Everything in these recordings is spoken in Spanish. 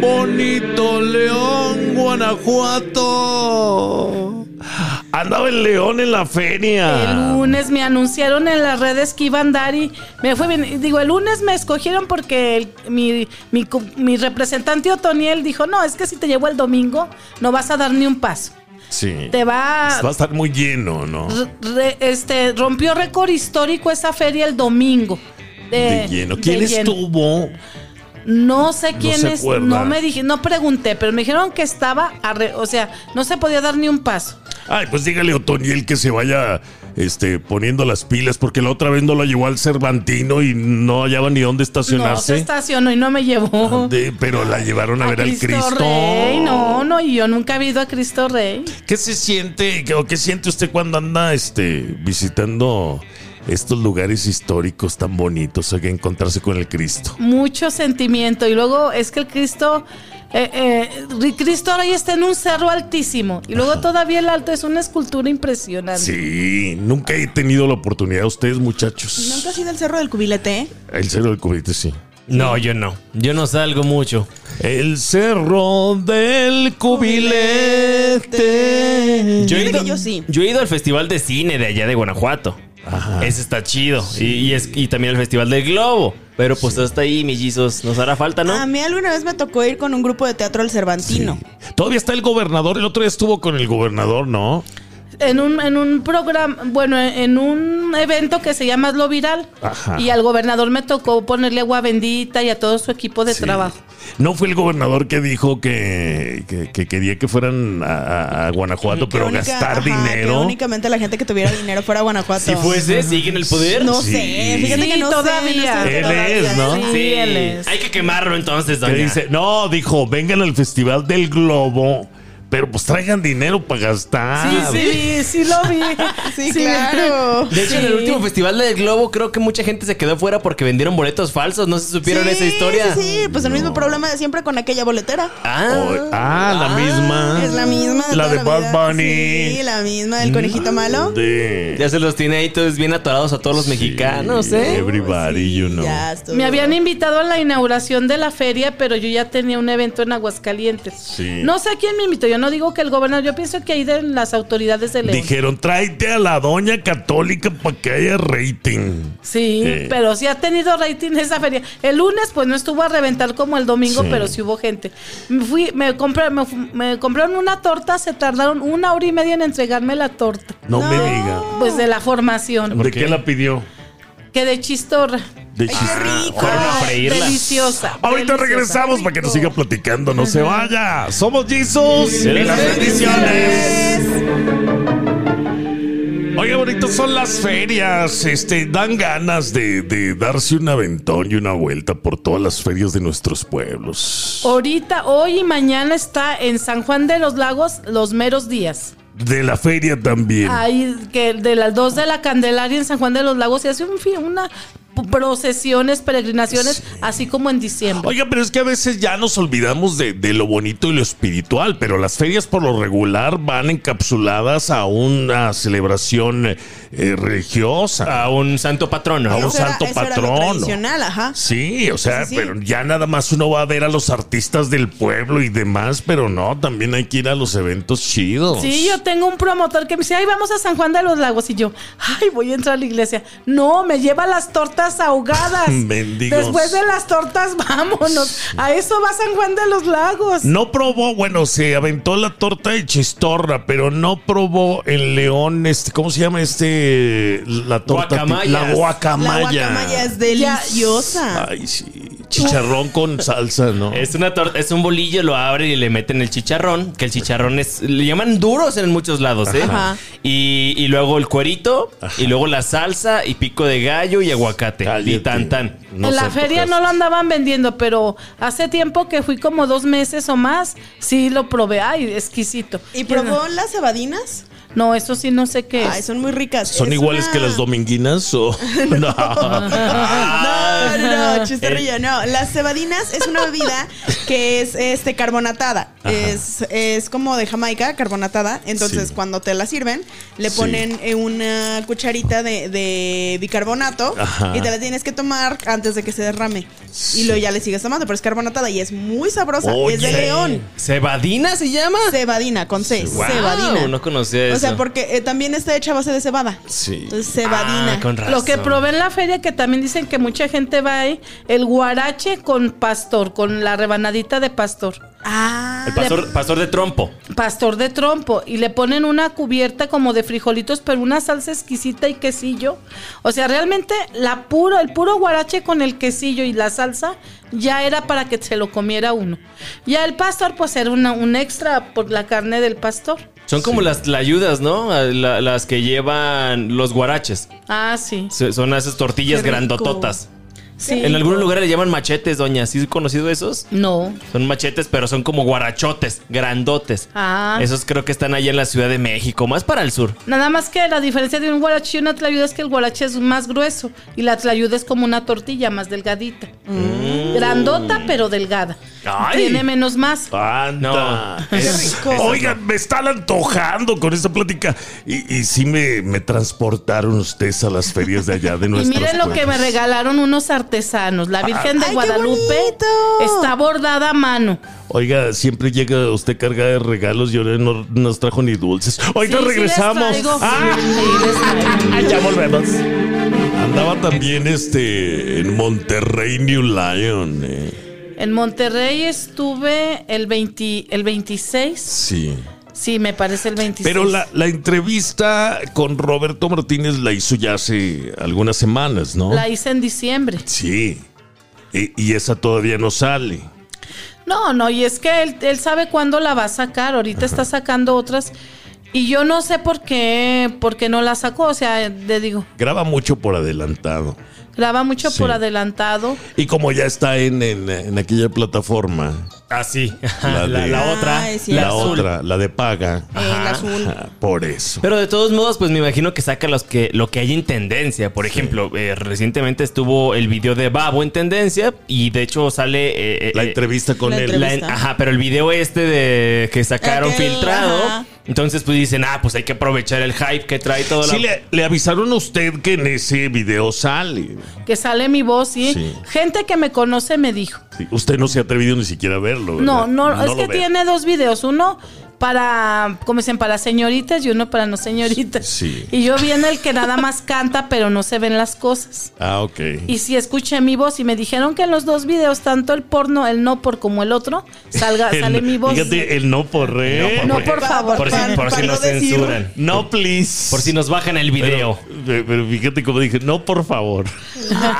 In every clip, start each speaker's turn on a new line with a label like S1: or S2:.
S1: Bonito León, Guanajuato. Andaba el león en la feria.
S2: El lunes me anunciaron en las redes que iba a andar y me fue bien. Digo, el lunes me escogieron porque el- mi, mi co- mi representante Otoniel dijo, no, es que si te llevo el domingo no vas a dar ni un paso.
S1: Sí. Pues
S2: Te va...
S1: Va a estar muy lleno, ¿no?
S2: re- re- este, rompió récord histórico esa feria el domingo.
S1: De lleno. ¿Quién
S2: de lleno.
S1: estuvo?
S2: No sé quién
S1: se
S2: es,
S1: acuerda.
S2: no me dije, no pregunté, pero me dijeron que estaba, arre- o sea, no se podía dar ni un paso.
S1: Ay, pues dígale a Otoniel que se vaya este, poniendo las pilas, porque la otra vez no la llevó al Cervantino y no hallaba ni dónde
S2: No se
S1: estacionarse. Ah.
S2: estacionó y no me llevó.
S1: De- pero la llevaron a, ver al Cristo.
S2: Rey, no, no, y yo nunca he ido a Cristo Rey.
S1: ¿Qué se siente o qué siente usted cuando anda este, visitando estos lugares históricos tan bonitos, oiga, encontrarse con el Cristo?
S2: Mucho sentimiento. Y luego es que el Cristo, eh, eh, el Cristo Rey está en un cerro altísimo. Y luego todavía el alto es una escultura impresionante.
S1: Sí, nunca he tenido la oportunidad, ustedes
S3: ¿Nunca
S1: muchachos.
S3: has ido al Cerro del Cubilete? eh?
S1: El Cerro del Cubilete, sí.
S4: No, yo no. Yo no salgo mucho.
S1: El Cerro del Cubilete.
S4: he
S3: Fíjate
S4: ido,
S3: que yo sí.
S4: yo he ido al festival de cine de allá de Guanajuato.
S1: Ajá.
S4: Ese está chido. Y, y es, y también el festival del globo. Pero pues hasta ahí, mellizos, nos hará falta, ¿no?
S3: A mí alguna vez me tocó ir con un grupo de teatro al Cervantino.
S1: Sí. Todavía está el gobernador, el otro día estuvo con el gobernador, ¿no?
S2: En un, en un programa, bueno, en un evento que se llama Lo Viral.
S1: Ajá.
S2: Y al gobernador me tocó ponerle agua bendita y a todo su equipo de
S1: Sí.
S2: trabajo.
S1: No fue el gobernador que dijo que, que- que quería que fueran a, a- a Guanajuato,
S3: Que
S1: pero
S3: única-
S1: gastar
S3: ajá,
S1: dinero. pues,
S3: Que únicamente la gente que tuviera dinero fuera a Guanajuato.
S4: Si fuese, sigue en el poder.
S3: No
S1: Sí.
S3: sé, fíjate que
S2: Sí,
S3: no
S2: todavía.
S3: sé.
S1: Él
S3: no sé
S1: es,
S3: todavía.
S1: ¿no?
S2: Sí,
S4: Sí.
S2: él es.
S4: Hay que quemarlo entonces,
S1: Que
S4: doña.
S1: dice, no, dijo, vengan al Festival del Globo, pero pues traigan dinero para gastar.
S2: Sí, sí, sí lo vi.
S3: Sí, claro.
S4: De hecho, en el
S2: Sí.
S4: último festival del Globo creo que mucha gente se quedó fuera porque vendieron boletos falsos. No se supieron
S3: Sí,
S4: esa historia.
S3: Sí, sí, pues el mismo problema de siempre con aquella boletera.
S1: O-
S4: Ah,
S1: ah, la misma.
S3: Es la misma.
S1: La
S3: toda
S1: de Bad
S3: vida.
S1: Bunny. Mm,
S3: Sí, la misma del conejito malo.
S1: De-
S4: ya se los tiene ahí todos bien atorados a todos los mexicanos, ¿eh?
S1: Everybody, you know.
S3: Ya, estuvo.
S2: Me habían invitado a la inauguración de la feria, pero yo ya tenía un evento en Aguascalientes.
S1: Sí.
S2: No sé a quién me invitó. Yo no digo que el gobernador, yo pienso que ahí de las autoridades de León.
S1: Dijeron, tráete a la doña católica para que haya rating.
S2: Sí,
S1: Eh.
S2: pero sí ha tenido rating esa feria. El lunes pues no estuvo a reventar como el domingo,
S1: Sí.
S2: pero sí hubo gente. Me fui, me compré, me, fu- me compraron una torta, se tardaron una hora y media en entregarme la torta.
S1: No, me diga.
S2: Pues de la formación,
S1: ¿De qué? la pidió?
S2: que de chistorra.
S1: De
S3: Ay,
S1: chis-
S3: qué rico.
S4: Fueron a freírla.
S2: Deliciosa.
S1: Ahorita
S2: deliciosa.
S1: regresamos para que nos siga platicando. No se vaya. Somos Jesus.
S4: Sí.
S1: Y las bendiciones. Oye, bonito, son las ferias. Este, dan ganas de, de darse un aventón y una vuelta por todas las ferias de nuestros pueblos.
S2: Ahorita, hoy y mañana está en San Juan de los Lagos los meros días.
S1: De la feria también.
S2: Ahí que de las 2 de la Candelaria en San Juan de los Lagos se hace un fi- una p- procesiones, peregrinaciones, así como en diciembre.
S1: Oiga, pero es que a veces ya nos olvidamos de, de lo bonito y lo espiritual, pero las ferias por lo regular van encapsuladas a una celebración eh, religiosa.
S4: A un santo patrono.
S1: A un
S3: Eso era-
S1: santo
S3: eso era lo
S1: patrono.
S3: tradicional, ajá.
S1: Sí, o sea,
S3: Sí, sí, sí.
S1: pero ya nada más uno va a ver a los artistas del pueblo y demás, pero no, también hay que ir a los eventos chidos.
S2: Sí, yo tengo un promotor que me dice, ay, vamos a San Juan de los Lagos. Y yo, ay, voy a entrar a la iglesia. No, me lleva las tortas ahogadas.
S1: Mendigos.
S2: Después de las tortas, vámonos. A eso va San Juan de los Lagos.
S1: No probó, bueno, se aventó la torta de chistorra, pero no probó el león, este, ¿cómo se llama este? La torta.
S4: Guacamayas.
S1: La
S3: La
S1: guacamaya.
S3: guacamaya es deliciosa.
S1: Ay, sí. Chicharrón con salsa, ¿no?
S4: Es una torta, es un bolillo, lo abren y le meten el chicharrón, que el chicharrón es, le llaman duros en muchos lados, ¿eh?
S3: Ajá.
S4: Y, y luego el cuerito, y luego la salsa, y pico de gallo y aguacate.
S1: Cállate.
S4: Y tan tan.
S1: No
S2: en la
S1: santo
S2: feria
S1: Cristo.
S2: no lo andaban vendiendo, pero hace tiempo que fui como dos meses o más, sí lo probé. Ay, exquisito.
S3: ¿Y probó las cebadinas?
S2: No, eso sí no sé qué es.
S3: Ay, son muy ricas.
S1: ¿Son
S3: Es
S1: iguales
S3: una-
S1: que las dominguinas o no?
S3: No, no, no, chisterrillo, no. Las cebadinas es una bebida que es este carbonatada. Es, es como de Jamaica, carbonatada. Entonces,
S1: Sí.
S3: cuando te la sirven, le
S1: Sí.
S3: ponen eh, una cucharita de, de bicarbonato
S1: Ajá.
S3: y te la tienes que tomar antes de que se derrame. Y luego ya le sigues tomando, pero es carbonatada y es muy sabrosa. Es de
S1: Oye.
S3: león.
S4: ¿Cebadina se llama?
S3: Cebadina, con C.
S4: Wow,
S3: Cebadina.
S4: No conocía eso.
S3: O sea, porque eh, también está hecha a base de cebada.
S1: Sí.
S3: Entonces, Cebadina.
S4: Ah, con razón.
S2: Lo que probé en la feria, que también dicen que mucha gente va ahí, el guarache con pastor, con la rebanadita de pastor.
S3: Ah.
S4: El pastor, pastor de trompo.
S2: Pastor de trompo. Y le ponen una cubierta como de frijolitos, pero una salsa exquisita y quesillo. O sea, realmente la puro, el puro guarache con el quesillo y la salsa ya era para que se lo comiera uno. Ya el pastor, pues era una, un extra por la carne del pastor.
S4: Son como las tlayudas, ¿no? La- las que llevan los guaraches.
S2: Ah, sí.
S4: Se- Son esas tortillas
S3: Qué rico.
S4: grandototas.
S2: sí.
S4: En algunos lugares le llaman machetes, doña. ¿Sí has conocido esos?
S2: No.
S4: Son machetes, pero son como guarachotes, grandotes.
S2: Ah.
S4: Esos creo que están allá en la Ciudad de México, más para el sur.
S2: Nada más que la diferencia de un guarache y una tlayuda es que el guarache es más grueso y la tlayuda es como una tortilla más delgadita.
S3: Mm.
S4: Mm.
S2: Grandota pero delgada.
S1: Mm. Ay.
S2: Tiene menos masa.
S1: Anda.
S4: No.
S1: Es-
S3: Qué rico.
S1: Oigan, me están antojando con esta plática. Y, y sí me, me transportaron ustedes a las ferias de allá de
S2: Y
S1: nuestros
S2: miren lo que me
S1: pueblos.
S2: regalaron unos artesanos. La Virgen de
S3: ¡Ay, qué
S2: Guadalupe
S3: bonito!
S2: está bordada a mano.
S1: Oiga, siempre llega usted cargada de regalos y ahora no nos trajo ni dulces. Ahorita
S2: Sí, sí les
S1: regresamos.
S2: traigo.
S1: Ah,
S2: Sí, les traigo.
S1: ah, ya volvemos. Andaba también este en Monterrey New Lion. eh.
S2: En Monterrey estuve el 20, el 26.
S1: Sí.
S2: Sí, me parece el 26.
S1: Pero la, la entrevista con Roberto Martínez la hizo ya hace algunas semanas, ¿no?
S2: la hice en diciembre.
S1: Sí. Y, y esa todavía no sale.
S2: No, no, y es que él, él sabe cuándo la va a sacar. Ahorita está sacando otras. Y yo no sé por qué, por qué no la sacó. O sea, le digo,
S1: Graba mucho por adelantado.
S2: graba mucho
S1: Sí.
S2: por adelantado.
S1: Y como ya está en, en- en aquella plataforma,
S4: Así.
S1: La
S4: Ah, La,
S1: de-
S4: la otra.
S3: Ah, es
S1: la,
S4: la azul.
S1: otra, la de paga,
S3: El azul.
S1: ah, por eso.
S4: Pero de todos modos, pues me imagino que saca los que, lo que hay en tendencia. Por ejemplo, eh, recientemente estuvo el video de Babo en tendencia y de hecho sale... eh, eh,
S1: la
S4: eh,
S1: entrevista con
S3: la
S1: él.
S3: entrevista.
S4: la- ajá, pero el video este de que sacaron
S3: Aquel,
S4: filtrado.
S3: ajá.
S4: Entonces, pues dicen, ah, pues hay que aprovechar el hype que trae todo
S1: Sí,
S4: la...
S1: le, le avisaron a usted que en ese video sale.
S2: Que sale mi voz y
S1: Sí.
S2: gente que me conoce me dijo.
S1: Sí, usted no se ha atrevido ni siquiera a verlo. ¿verdad?
S2: No, no, es
S1: lo
S2: que
S1: ve.
S2: tiene dos videos. Uno para, como dicen, para señoritas y uno para no señoritas.
S1: Sí.
S2: Y yo vi en el que nada más canta, pero no se ven las cosas.
S1: Ah, ok.
S2: Y si escuché mi voz y me dijeron que en los dos videos, tanto el porno, el no por como el otro, salga,
S1: El-
S2: sale mi voz.
S1: Fíjate, el no por re.
S2: No, por favor.
S4: Por si,
S3: Para-
S4: por si
S3: para
S4: nos
S3: no decir-
S4: censuran.
S1: No, please.
S4: Por si nos bajan el video.
S1: Pero, pero- pero fíjate cómo dije, no, por favor.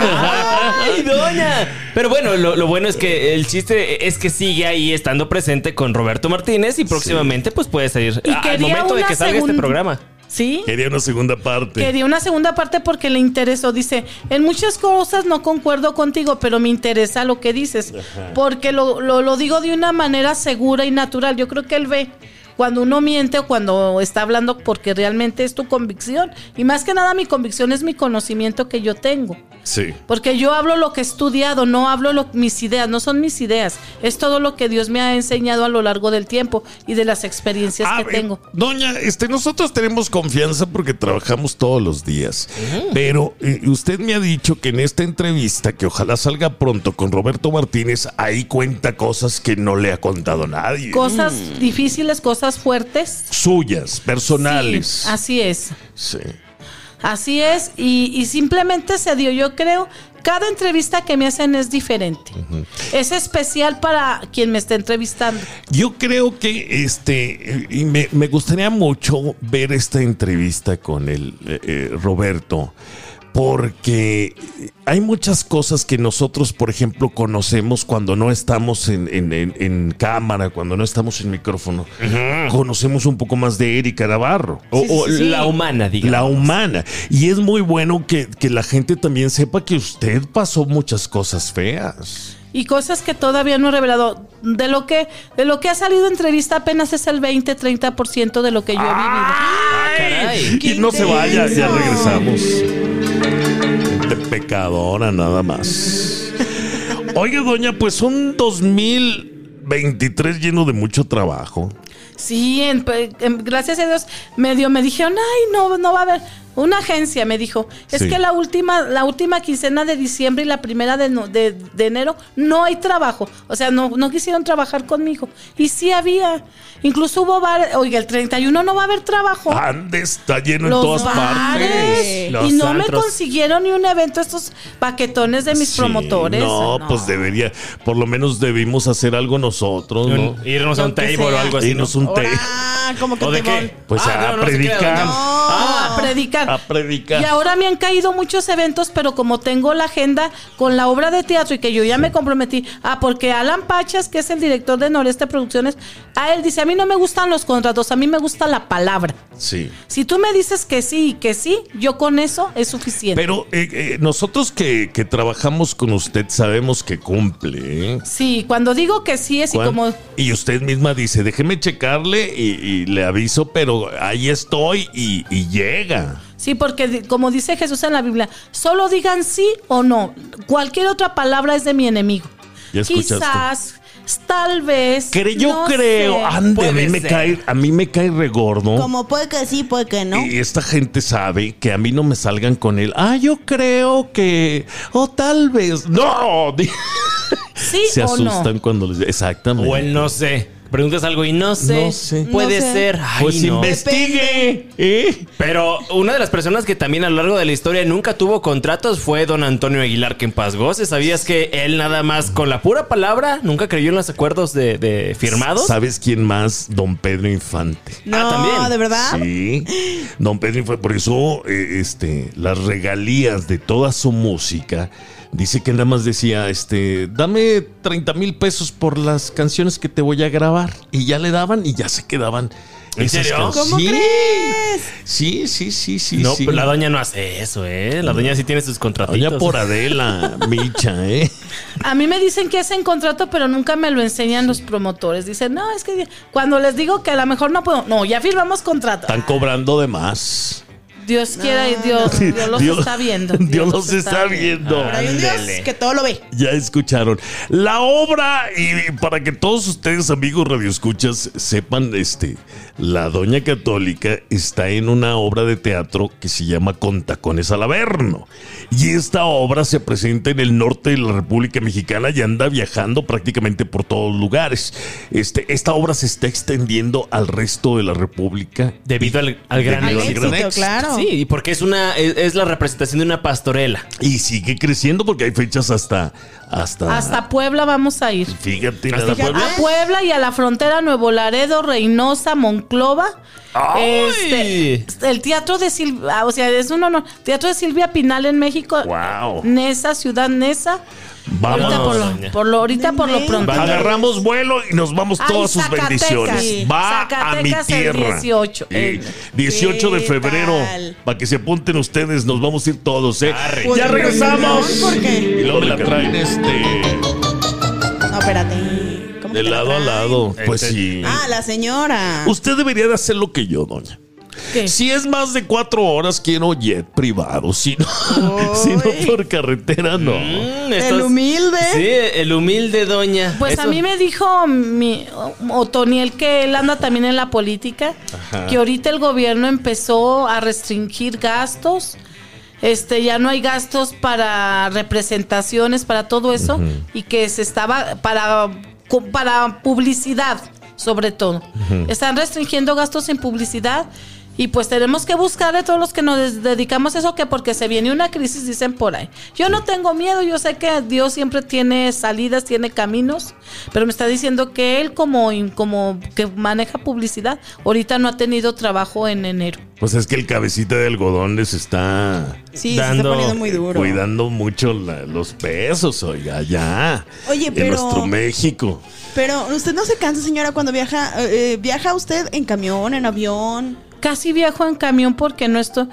S4: ¡Ay, doña! Pero bueno, lo, lo bueno es que el chiste es que sigue ahí estando presente con Roberto Martínez y próximamente pues puede salir
S2: Y
S4: Ah, al
S2: quería
S4: momento de
S2: una
S4: que salga este
S2: segun-
S4: programa.
S2: ¿Sí?
S1: Quería una segunda parte.
S2: Quería una segunda parte porque le interesó. Dice, en muchas cosas no concuerdo contigo, pero me interesa lo que dices. Porque lo, lo- lo digo de una manera segura y natural. Yo creo que él ve cuando uno miente o cuando está hablando porque realmente es tu convicción. Y más que nada mi convicción es mi conocimiento que yo tengo.
S1: Sí.
S2: Porque yo hablo lo que he estudiado, no hablo lo- mis ideas, no son mis ideas. Es todo lo que Dios me ha enseñado a lo largo del tiempo y de las experiencias
S1: Ah,
S2: que
S1: eh,
S2: tengo.
S1: doña, este, nosotros tenemos confianza porque trabajamos todos los días.
S2: Mm.
S1: Pero eh, usted me ha dicho que en esta entrevista, que ojalá salga pronto con Roberto Martínez, ahí cuenta cosas que no le ha contado nadie.
S2: Cosas
S1: mm.
S2: difíciles, cosas fuertes.
S1: Suyas, personales.
S2: Sí, así es.
S1: Sí.
S2: Así es. Y, y simplemente se dio. Yo creo, cada entrevista que me hacen es diferente. Es especial para quien me está entrevistando.
S1: Yo creo que este, eh, y me, me gustaría mucho ver esta entrevista con el eh, eh, Roberto, porque hay muchas cosas que nosotros, por ejemplo, conocemos cuando no estamos en, en- en- en cámara, cuando no estamos en micrófono. Conocemos un poco más de Erika Navarro.
S4: O,
S2: Sí, sí,
S4: o
S2: sí.
S4: la humana, digamos.
S1: La humana. Y es muy bueno que, que la gente también sepa que usted pasó muchas cosas feas.
S2: Y cosas que todavía no he revelado. De lo que, de lo que ha salido en entrevista apenas es el 20-30% de lo que yo he vivido.
S4: Ah, caray.
S1: Y no se
S3: intenso.
S1: vaya, ya regresamos. Gente pecadora nada más. Oiga, doña, pues son 2000 23 lleno de mucho trabajo.
S2: Sí, en- en- gracias a Dios, medio me dijeron, ay, no, no va a haber. Una agencia me dijo, es
S1: Sí.
S2: que la última, la última quincena de diciembre y la primera de, no- de- de enero no hay trabajo. O sea, no, no quisieron trabajar conmigo. Y sí había. Incluso hubo bar, oiga, el 31 no va a haber trabajo.
S1: Andes está lleno Ah, en
S2: Oh. Los
S1: todas partes.
S2: bares. y no me consiguieron ni un evento estos paquetones de mis
S1: Sí,
S2: promotores.
S1: No, pues debería, por lo menos debimos hacer algo nosotros, ¿no?
S4: Un- Irnos a un
S3: Aunque
S4: table
S3: sea.
S4: o algo así.
S1: Irnos un té.
S3: Ahora, como que
S4: ¿O de
S3: te
S4: qué?
S3: vol-
S1: Pues
S4: Ah,
S1: a
S4: no, no se
S1: predicar.
S4: queda, no.
S2: a predicar.
S1: A predicar.
S2: Y ahora me han caído muchos eventos, pero como tengo la agenda con la obra de teatro y que yo ya me comprometí, ah, porque Alan Pachas, que es el director de Noreste Producciones, a él dice, a mí no me gustan los contratos, a mí me gusta la palabra.
S1: Sí.
S2: Si tú me dices que sí y que sí, yo con eso es suficiente.
S1: Pero eh, eh, nosotros que, que trabajamos con usted sabemos que cumple. ¿eh?
S2: sí, cuando digo que sí es y
S1: Juan.
S2: como...
S1: Y usted misma dice, déjeme checarle y, y le aviso, pero ahí estoy y, y llega.
S2: Sí, porque di- como dice Jesús en la Biblia, solo digan sí o no. Cualquier otra palabra es de mi enemigo.
S1: Ya escuchaste.
S2: Quizás, tal vez.
S1: Cre- yo
S2: no sé.
S1: creo, ande, a mí
S4: Puede
S1: me
S4: ser.
S1: cae, a mí me cae regordo.
S3: Como puede que sí, puede que no.
S1: Y esta gente sabe que a mí no me salgan con él. Ah, yo creo que. O tal vez. ¡No!
S2: Sí
S1: Se
S2: o no.
S1: asustan cuando les. Exactamente.
S4: O el no sé. Preguntas algo y no sé.
S1: No sé.
S4: Puede
S3: No sé.
S4: ser. Ay,
S1: pues
S4: no.
S1: investigue. ¿eh?
S4: Pero una de las personas que también a lo largo de la historia nunca tuvo contratos fue don Antonio Aguilar, que en paz goce. ¿Sabías que él nada más con la pura palabra nunca creyó en los acuerdos de, de firmados?
S1: ¿Sabes quién más? Don Pedro Infante.
S3: no,
S4: también.
S3: de verdad.
S1: Sí. Don Pedro Infante. Por eso, eh, este, las regalías de toda su música. Dice que nada más decía, este, dame 30 mil pesos por las canciones que te voy a grabar. Y ya le daban y ya se quedaban.
S4: ¿En
S1: esas
S4: serio?
S1: can-
S3: ¿Cómo
S1: Sí.
S3: crees?
S1: Sí, sí, sí, sí.
S4: no,
S1: sí.
S4: pues la doña no hace eso, ¿eh? La doña sí tiene sus contratitos.
S1: Doña por Adela, Micha, ¿eh?
S2: A mí me dicen que hacen contrato, pero nunca me lo enseñan los promotores. Dicen, no, es que cuando les digo que a lo mejor no puedo. No, ya firmamos contrato.
S1: Están cobrando de más.
S2: Dios quiera y Dios, Dios los está viendo.
S1: Dios, los está viendo.
S3: Pero hay un Dios
S4: Ándele.
S3: que todo lo ve.
S1: Ya escucharon. La obra, y para que todos ustedes, amigos radioescuchas, sepan, este, la Doña Católica está en una obra de teatro que se llama Con Tacones al Averno. Y esta obra se presenta en el norte de la República Mexicana y anda viajando prácticamente por todos lugares. Este, esta obra se está extendiendo al resto de la República.
S4: Debido al, al gran
S1: Debido
S3: Al
S1: al
S4: éxito.
S1: gran
S3: éxito,
S1: éxito.
S3: claro.
S4: Sí, y porque es una es, es la representación de una pastorela.
S1: Y sigue creciendo porque hay fechas hasta. Hasta.
S2: Hasta Puebla vamos a ir.
S1: fíjate,
S4: Hasta
S1: nada más.
S4: Puebla.
S2: A Puebla y a la frontera Nuevo Laredo, Reynosa, Monclova.
S1: Ah,
S2: Eh,
S4: ¡Ay!
S2: Este, el teatro de Silvia, o sea, es un honor. Teatro de Silvia Pinal en México.
S1: Wow.
S2: Nesa, Ciudad Nesa. mm, Ahorita
S1: Vamos.
S2: por lo, por lo- ahorita por lo pronto.
S1: Agarramos vuelo y nos vamos
S2: Ay,
S1: todas sus
S2: Zacatecas. Sí.
S1: bendiciones. Va a mi
S2: Zacatecas el
S1: tierra.
S2: 18.
S1: Sí.
S2: Eh,
S1: 18 de
S3: ¿qué
S1: febrero.
S3: tal?
S1: Para que se apunten ustedes, nos vamos a ir todos, ¿eh?
S4: Arre.
S3: Pues,
S1: Ya regresamos.
S3: ¿Por qué?
S1: Y luego me la traen este
S3: No, espérate. ¿Cómo que
S1: de
S3: te la
S1: lado a
S3: traen?
S1: lado.
S4: Este-
S1: Pues sí.
S3: Ah, la señora.
S1: Usted debería de hacer lo que yo, doña.
S2: ¿Qué?
S1: Si es más de cuatro horas, quiero jet privado. Si no, si no
S3: Uy.
S1: por carretera, no.
S4: Mm,
S3: El
S4: estás-
S3: humilde.
S4: Sí, el humilde doña.
S2: Pues a
S4: Eso-
S2: mí me dijo mi Otoniel que él anda también en la política, que ahorita el gobierno empezó a restringir gastos. Este, ya no hay gastos para representaciones, para todo eso, y que se estaba para co- para publicidad, sobre todo. Están restringiendo gastos en publicidad y pues tenemos que buscar de todos los que nos dedicamos a eso que porque se viene una crisis dicen por ahí. Yo no tengo miedo, yo sé que Dios siempre tiene salidas, tiene caminos, pero me está diciendo que él como in- como que maneja publicidad, ahorita no ha tenido trabajo en enero.
S1: Pues es que el cabecita de algodón les está
S3: Sí, se está
S4: Dando-
S3: poniendo muy duro.
S1: cuidando mucho la- los pesos, oiga, ya.
S3: Oye,
S1: en
S3: pero-
S1: nuestro México.
S3: Pero usted no se cansa, señora, cuando viaja. eh, eh, ¿Viaja usted en camión, en avión?
S2: Casi viajo en camión porque no estoy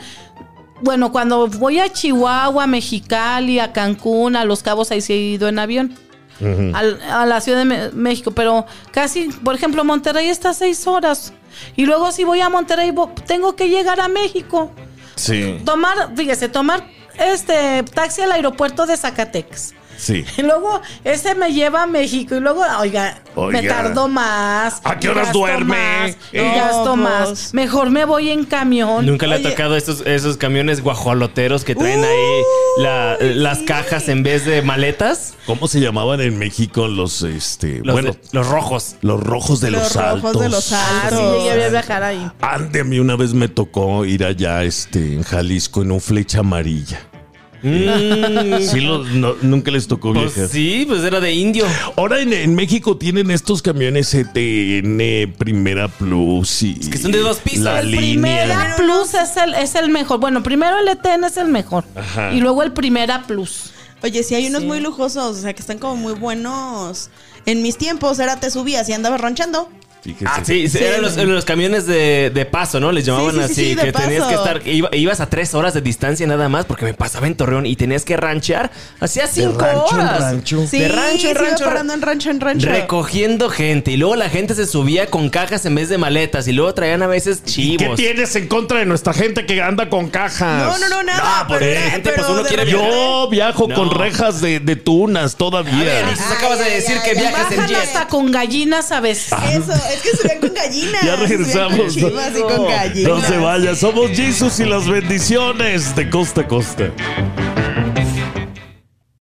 S2: bueno, cuando voy a Chihuahua, Mexicali, a Cancún, a Los Cabos, ahí sí he ido en avión. al- a la Ciudad de Me- México, pero casi, por ejemplo, Monterrey está a seis horas. Y luego si voy a Monterrey, vo- tengo que llegar a México.
S1: Sí.
S2: Tomar, fíjese, tomar este taxi al aeropuerto de Zacatecas.
S1: Sí.
S2: Y luego ese me lleva a México y luego, oiga,
S1: Oiga.
S2: me tardo más.
S1: ¿A qué
S2: y
S1: horas
S2: gasto
S1: duerme?
S2: más, y
S1: Eh.
S2: gasto
S3: No,
S2: más.
S3: pues.
S2: Mejor me voy en camión.
S4: Nunca le ha
S3: Oye.
S4: tocado estos, esos camiones guajoloteros que traen
S3: Uy,
S4: ahí la- las
S3: Uh, sí.
S4: cajas en vez de maletas.
S1: ¿Cómo se llamaban en México los este
S4: Los,
S1: bueno,
S4: de- los rojos.
S1: los rojos de los,
S3: Los rojos
S1: altos?
S3: de los
S2: Ah, sí,
S3: Claro.
S2: llegué a viajar ahí.
S1: Ande, a mí una vez me tocó ir allá este, en Jalisco en un flecha amarilla.
S4: Mm,
S1: Sí, lo- no- nunca les tocó
S4: pues
S1: viajar.
S4: sí, pues era de indio.
S1: Ahora en, en México tienen estos camiones ETN, Primera Plus y.
S4: que son de dos pisos.
S1: La
S4: El
S1: línea.
S2: Primera Plus es el, es el mejor. Bueno, primero el ETN es el mejor.
S1: Ajá.
S2: Y luego el Primera Plus.
S3: Oye, sí hay unos
S2: Sí.
S3: muy lujosos, o sea, que están como muy buenos. En mis tiempos era te subías y andabas ranchando.
S1: Fíjese.
S4: Ah, sí, sí, eran los, eran los camiones de, de paso, ¿no? Les llamaban
S3: sí, sí,
S4: así,
S3: sí, de
S4: que tenías que
S3: paso.
S4: estar, iba- ibas a tres horas de distancia nada más, porque me pasaba en Torreón y tenías que ranchear. Hacía cinco
S1: rancho en
S4: horas.
S1: rancho.
S3: Sí,
S4: de rancho
S3: sí,
S4: en
S3: iba
S4: rancho.
S3: parando en rancho en rancho.
S4: Recogiendo gente. Y luego la gente se subía con cajas en vez de maletas. Y luego traían a veces
S1: ¿Y ¿Qué
S4: chivos.
S1: tienes en contra de nuestra gente que anda con
S3: no,
S1: cajas?
S3: no, no, nada.
S4: No, pues,
S3: pero, era-
S4: gente, pues,
S3: pero
S4: uno
S3: de
S4: quiere
S3: repente-
S1: Yo viajo
S4: No.
S1: con rejas de, de tunas todavía.
S4: A ver, Jesús, acabas de
S3: Ay, ay,
S4: decir
S3: ay,
S4: que
S3: ay,
S4: viajas en
S2: Bajan
S4: jet.
S2: hasta con gallinas a veces.
S3: Eso, es que subían con gallinas.
S1: Ya
S3: subían
S1: regresamos.
S3: Con chivas y con gallinas.
S1: No se vaya, somos Jesus y las bendiciones de costa a costa.